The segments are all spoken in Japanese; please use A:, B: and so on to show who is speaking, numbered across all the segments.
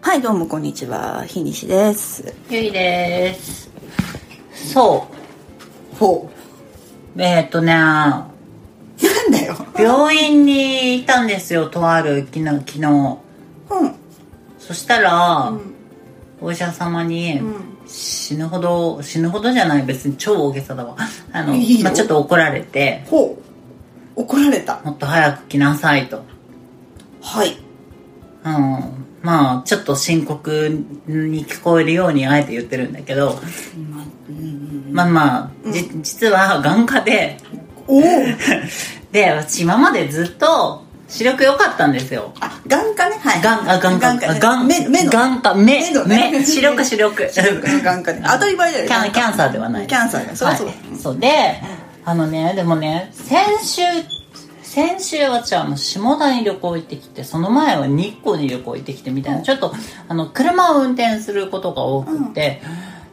A: はい、どうもこんにちは。日西です。
B: ゆいです。そ
A: ほ
B: う。えっ、とね、
A: う。なんだよ。
B: 病院にいたんですよ、とある昨日、昨日。
A: うん。
B: そしたら、
A: ん
B: お医者様に、
A: ん
B: 死ぬほど、死ぬほどじゃない、別に超大げさ だわ。あの、
A: いいよ
B: まあ、ちょっと怒られて、
A: ほう。怒られた。
B: もっと早く来なさいと。
A: はい。
B: うん。まあ、ちょっと深刻に聞こえるようにあえて言ってるんだけど、まあまあ、じ実は眼科で、
A: おお。
B: で私今までずっと視力良かったんですよ
A: あ、眼科ね。はい。
B: 眼あ眼科
A: 眼科
B: 眼
A: ね。目、目の。
B: 眼科
A: 目
B: 目
A: のね
B: 目視力視力
A: 視力の眼科ね当たり前だよ
B: キ
A: 眼
B: ャン
A: 科
B: キャンサーではない
A: キャンサーだそりゃそう
B: はいそうであのねでもね先週先週私はあの下田に旅行行ってきてその前は日光に旅行行ってきてみたいな、ちょっとあの車を運転することが多くて、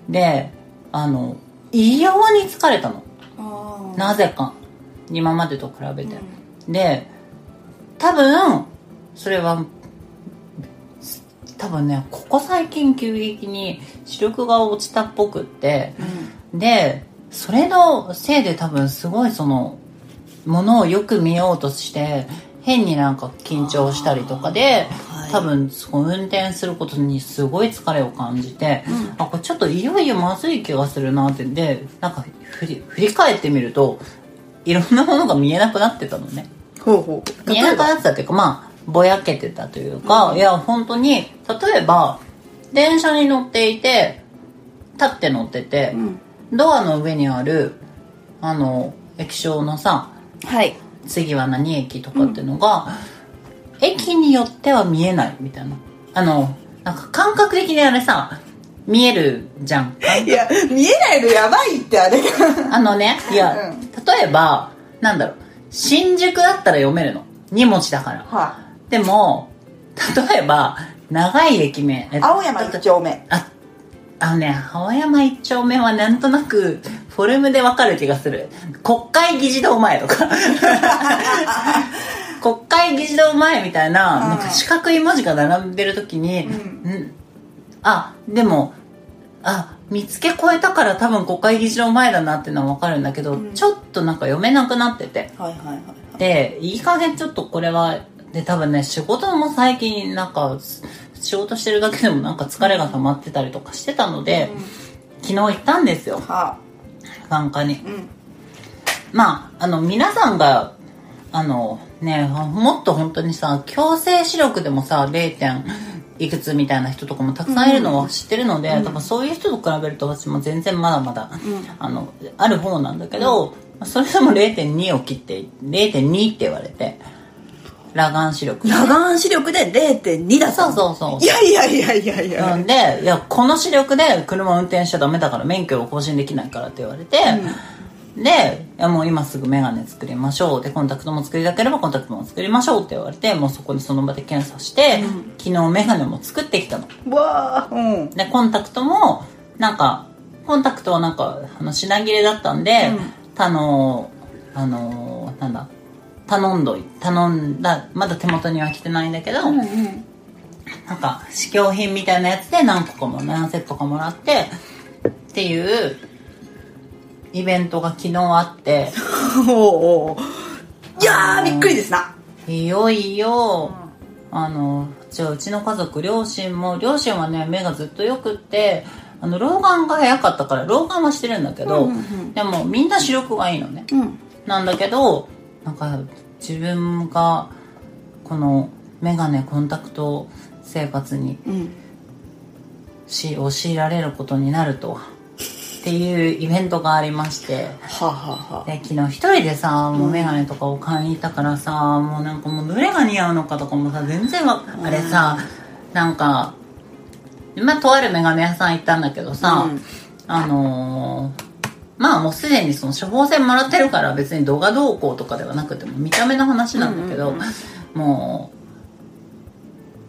B: であの異様に疲れたの
A: あー
B: なぜか今までと比べて、で多分それは多分ねここ最近急激に視力が落ちたっぽくってでそれのせいで多分すごいそのものをよく見ようとして変になんか緊張したりとかで、
A: はい
B: 多分その運転することにすごい疲れを感じて、あこれちょっといよいよまずい気がするなってでなんか振り振り返ってみるといろんなものが見えなくなってたのね。
A: ほうほう。
B: 見えなくなってたというかまあぼやけてたというか、いや本当に例えば電車に乗っていて立って乗ってて、ドアの上にあるあの液晶のさ
A: はい。
B: 次は何駅とかっていうのが、駅によっては見えないみたいなあのなんか感覚的にあれさ見えるじゃん
A: いや、見えないのやばいってあれが。
B: あのねいや、
A: うん
B: 例えばなんだろう新宿だったら読めるの2文字だから
A: は
B: でも例えば長い駅名え
A: い。青山一丁目。
B: ああのね青山一丁目はなんとなくフォルムでわかる気がする国会議事堂前 とか国会議事堂前みたいななんか四角い文字が並んでる時に、
A: う
B: うんあでもあ見つけ超えたから多分国会議事堂前だなっていうのはわかるんだけど、
A: うん
B: ちょっとなんか読めなくなってて
A: はいはいはい。
B: でいい加減ちょっとこれはで多分ね仕事も最近なんかす仕事してるだけでもなんか疲れが溜まってたりとかしてたので、昨日行ったんですよ
A: は
B: 眼科に
A: あ。うん。
B: まああの皆さんがあのねもっと本当にさ強制視力でもさ 0. 点いくつみたいな人とかもたくさんいるのは知ってるので、多分そういう人と比べると私も全然まだまだ、あのある方なんだけど、それでも0.2を切って0.2って言われて裸眼視 力
A: 裸眼視力で0.2だった
B: そう
A: の
B: そうそう
A: いやいやいやいやい
B: な
A: や。
B: んで、いや、この視力で車運転しちゃダメだから免許を更新できないからって言われて、で、いやもう今すぐメガネ作りましょう。で、コンタクトも作りたければコンタクトも作りましょうって言われて、もうそこにその場で検査して、昨日メガネも作ってきたの。
A: わあ。うん。
B: で、コンタクトも、なんか、コンタクトはなんか、あの、品切れだったんで、あの、あの、なんだ、頼んどい、頼んだ、まだ手元には来てないんだけど、なんか試供品みたいなやつで何個かも何セットかもらってっていうイベントが昨日あって
A: おうおういやーびっくりですない
B: よいよあのじゃあうちの家族両親も両親はね目がずっとよくってあの老眼が早かったから老眼はしてるんだけど、でもみんな視力がいいのね、
A: うん
B: なんだけどなんか自分がこの眼鏡コンタクト生活に
A: うん
B: しを強いられることになるとはっていうイベントがありまして
A: はあ、は
B: で昨日一人でさもう眼鏡とかを買いに行ったからさ、もうなんかもうどれが似合うのかとかもさ全然わあれさなんかまあとある眼鏡屋さん行ったんだけどさ、
A: うん
B: あのーまあもうすでにその処方箋もらってるから別に度がどうこうとかではなくても見た目の話なんだけど、も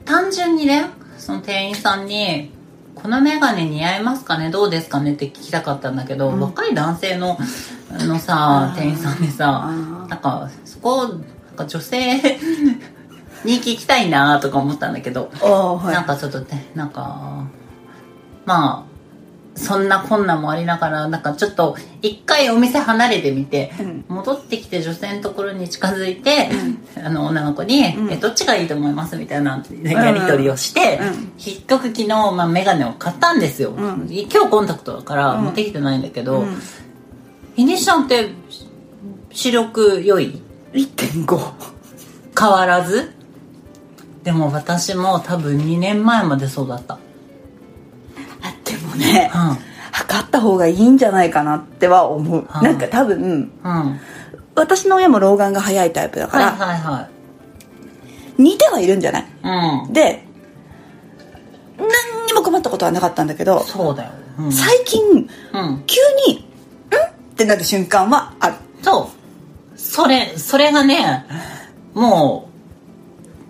B: う単純にねその店員さんに「この眼鏡似合いますかねどうですかね?」って聞きたかったんだけど、若い男性のあのさ店員さんでさなんかそこなんか女性人気行きたいなとか思ったんだけど、
A: ああはい
B: なんかちょっとねなんかまあそんな困難もありながらなんかちょっと一回お店離れてみて、
A: うん
B: 戻ってきて女性のところに近づいて、あの女の子に、
A: うん
B: え「どっちがいいと思います?」みたいなやり取りをして、
A: うん
B: 結局昨日、まあ、眼鏡を買ったんですよ、
A: ん
B: 今日コンタクトだから
A: うん
B: 持ってきてないんだけど、
A: うん
B: ひにしさんって視力良い
A: 1.5
B: 変わらずでも私も多分2年前までそうだった
A: あでもね
B: う
A: 測った方がいいんじゃないかなっては思う、
B: はい
A: なんか多分
B: んうん
A: 私の親も老眼が早いタイプだか
B: はい
A: ら、
B: はいはい
A: 似てはいるんじゃない
B: うん
A: で何にも困ったことはなかったんだけど
B: そうだよ、うん
A: 最近
B: うん、
A: 急に「ん?」ってなる瞬間はある
B: そうそれそれがねも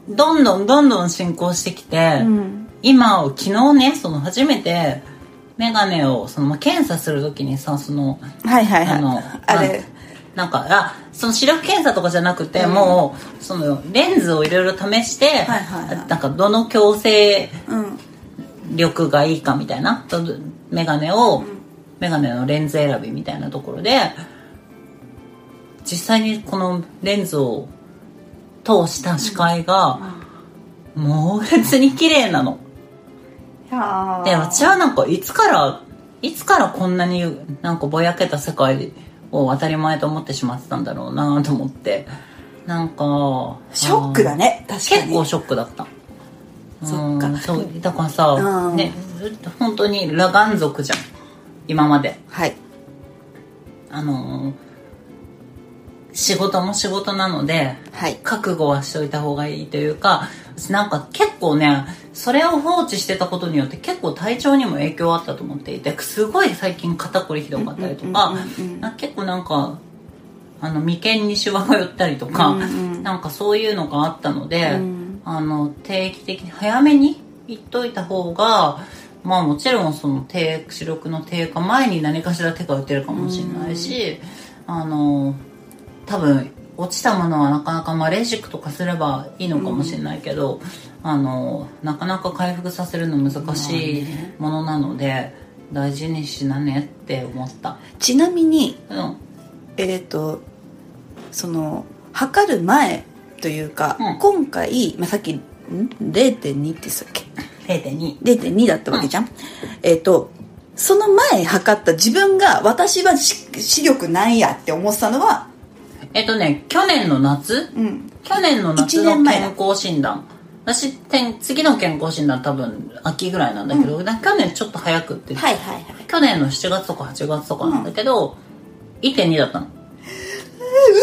B: うどんどんどんどん進行してきて、
A: うん
B: 今を昨日ねその初めて眼鏡をそのまあ検査する時にさその
A: はいはいはい
B: あの
A: あれ
B: なんかあその視力検査とかじゃなくて、
A: うん
B: もうそのレンズをいろいろ試して、
A: はいはいはい
B: なんかどの矯正
A: うん
B: 力がいいかみたいなとメガネをメガネのレンズ選びみたいなところで実際にこのレンズを通した視界が猛烈に綺麗なの。
A: いやー
B: で私はなんかいつからいつからこんなになんかぼやけた世界を当たり前と思ってしまってたんだろうなと思ってなんか
A: ショックだね確かに
B: 結構ショックだった
A: そっか
B: うんそうだからさ、
A: うん
B: ね本当に裸眼族じゃん今まで
A: はい
B: あのー仕事も仕事なので
A: はい
B: 覚悟はしておいた方がいいというか私なんか結構ねそれを放置してたことによって結構体調にも影響あったと思っていてすごい最近肩こりひどかったりとか
A: うんうんうんうん
B: なんか結構なんかあの眉間にシワが寄ったりとか、
A: うんうん
B: なんかそういうのがあったので、
A: うん
B: あの定期的に早めに行っといた方がまあもちろんその低視力の低下前に何かしら手が打てるかもしれないし、あの多分落ちたものはなかなかまあレーシックとかすればいいのかもしれないけど、あのなかなか回復させるの難しいものなので大事にしなねって思った
A: ちなみに
B: うん
A: えっ、とその測る前というか、
B: うん
A: 今回、まあ、さっきん0.2って言ってたっけ
B: 0.2
A: 0.2だったわけじゃん、えっ、とその前測った自分が私はし視力ないやって思ってたのは、
B: えっとね去年の夏
A: うん、
B: 去年の夏
A: 一年
B: の
A: 前だ
B: 健康診断私てん次の健康診断多分秋ぐらいなんだけど、だ去年ちょっと早くって、
A: はいはいはい
B: 去年の7月とか8月とかなんだけど、1.2だったの
A: え嘘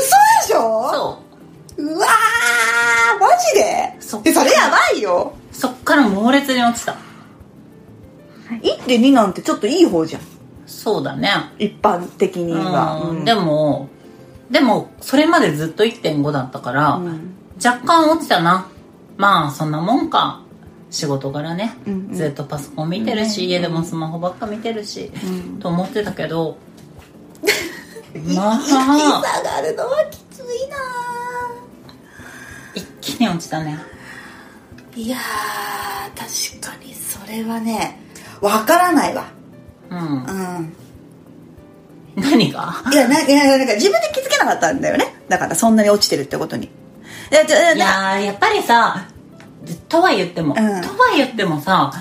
A: でしょ
B: そう
A: わーマジで
B: そっ
A: えそれやばいよ
B: うそっから猛烈に落ちた
A: 1.2なんてちょっといい方じゃん
B: そうだね
A: 一般的には、
B: うん
A: うん
B: でもでもそれまでずっと1.5だったから、
A: うん
B: 若干落ちたなまあそんなもんか仕事柄ね、
A: うんうん
B: ずっとパソコン見てるし、家でもスマホばっか見てるし、と思ってたけど まあ
A: 下がるのはきついな
B: 一気に落ちたね
A: ーいやー確かにそれはねわからないわ
B: うん
A: うん
B: 何が
A: いやなんかいやなんか自分で気づけなかったんだよねだからそんなに落ちてるってことにいやじゃ
B: いやーやっぱりさとは言っても、
A: ん
B: とは言ってもさ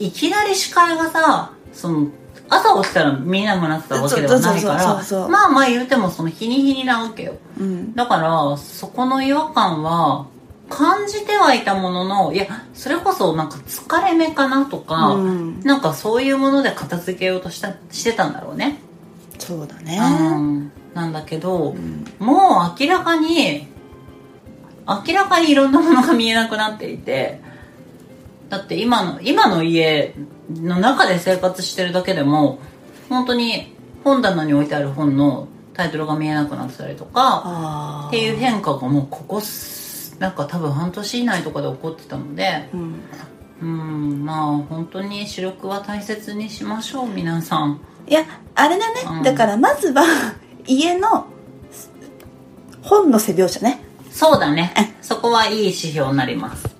B: いきなり視界がさその朝起きたらみんなもなってたわけではないか
A: そうそうそうそうそ
B: ら
A: う
B: まあまあ言うてもその日に日になわけよ
A: うん
B: だからそこの違和感は感じてはいたもののいやそれこそなんか疲れ目かなとか、
A: うん
B: なんかそういうもので片付けようとしたしてたんだろうね、
A: そうだね
B: うんなんだけど、もう明らかに明らかにいろんなものが見えなくなっていてだって今の今の家の中で生活してるだけでも本当に本棚に置いてある本のタイトルが見えなくなってたりとか
A: ああ
B: っていう変化がもうここすなんか多分半年以内とかで起こってたので
A: うん
B: うんまあ本当に視力は大切にしましょう皆さん
A: いやあれだね、
B: うん
A: だからまずは家のす本の背描写ね
B: そうだね。そこはいい指標になります。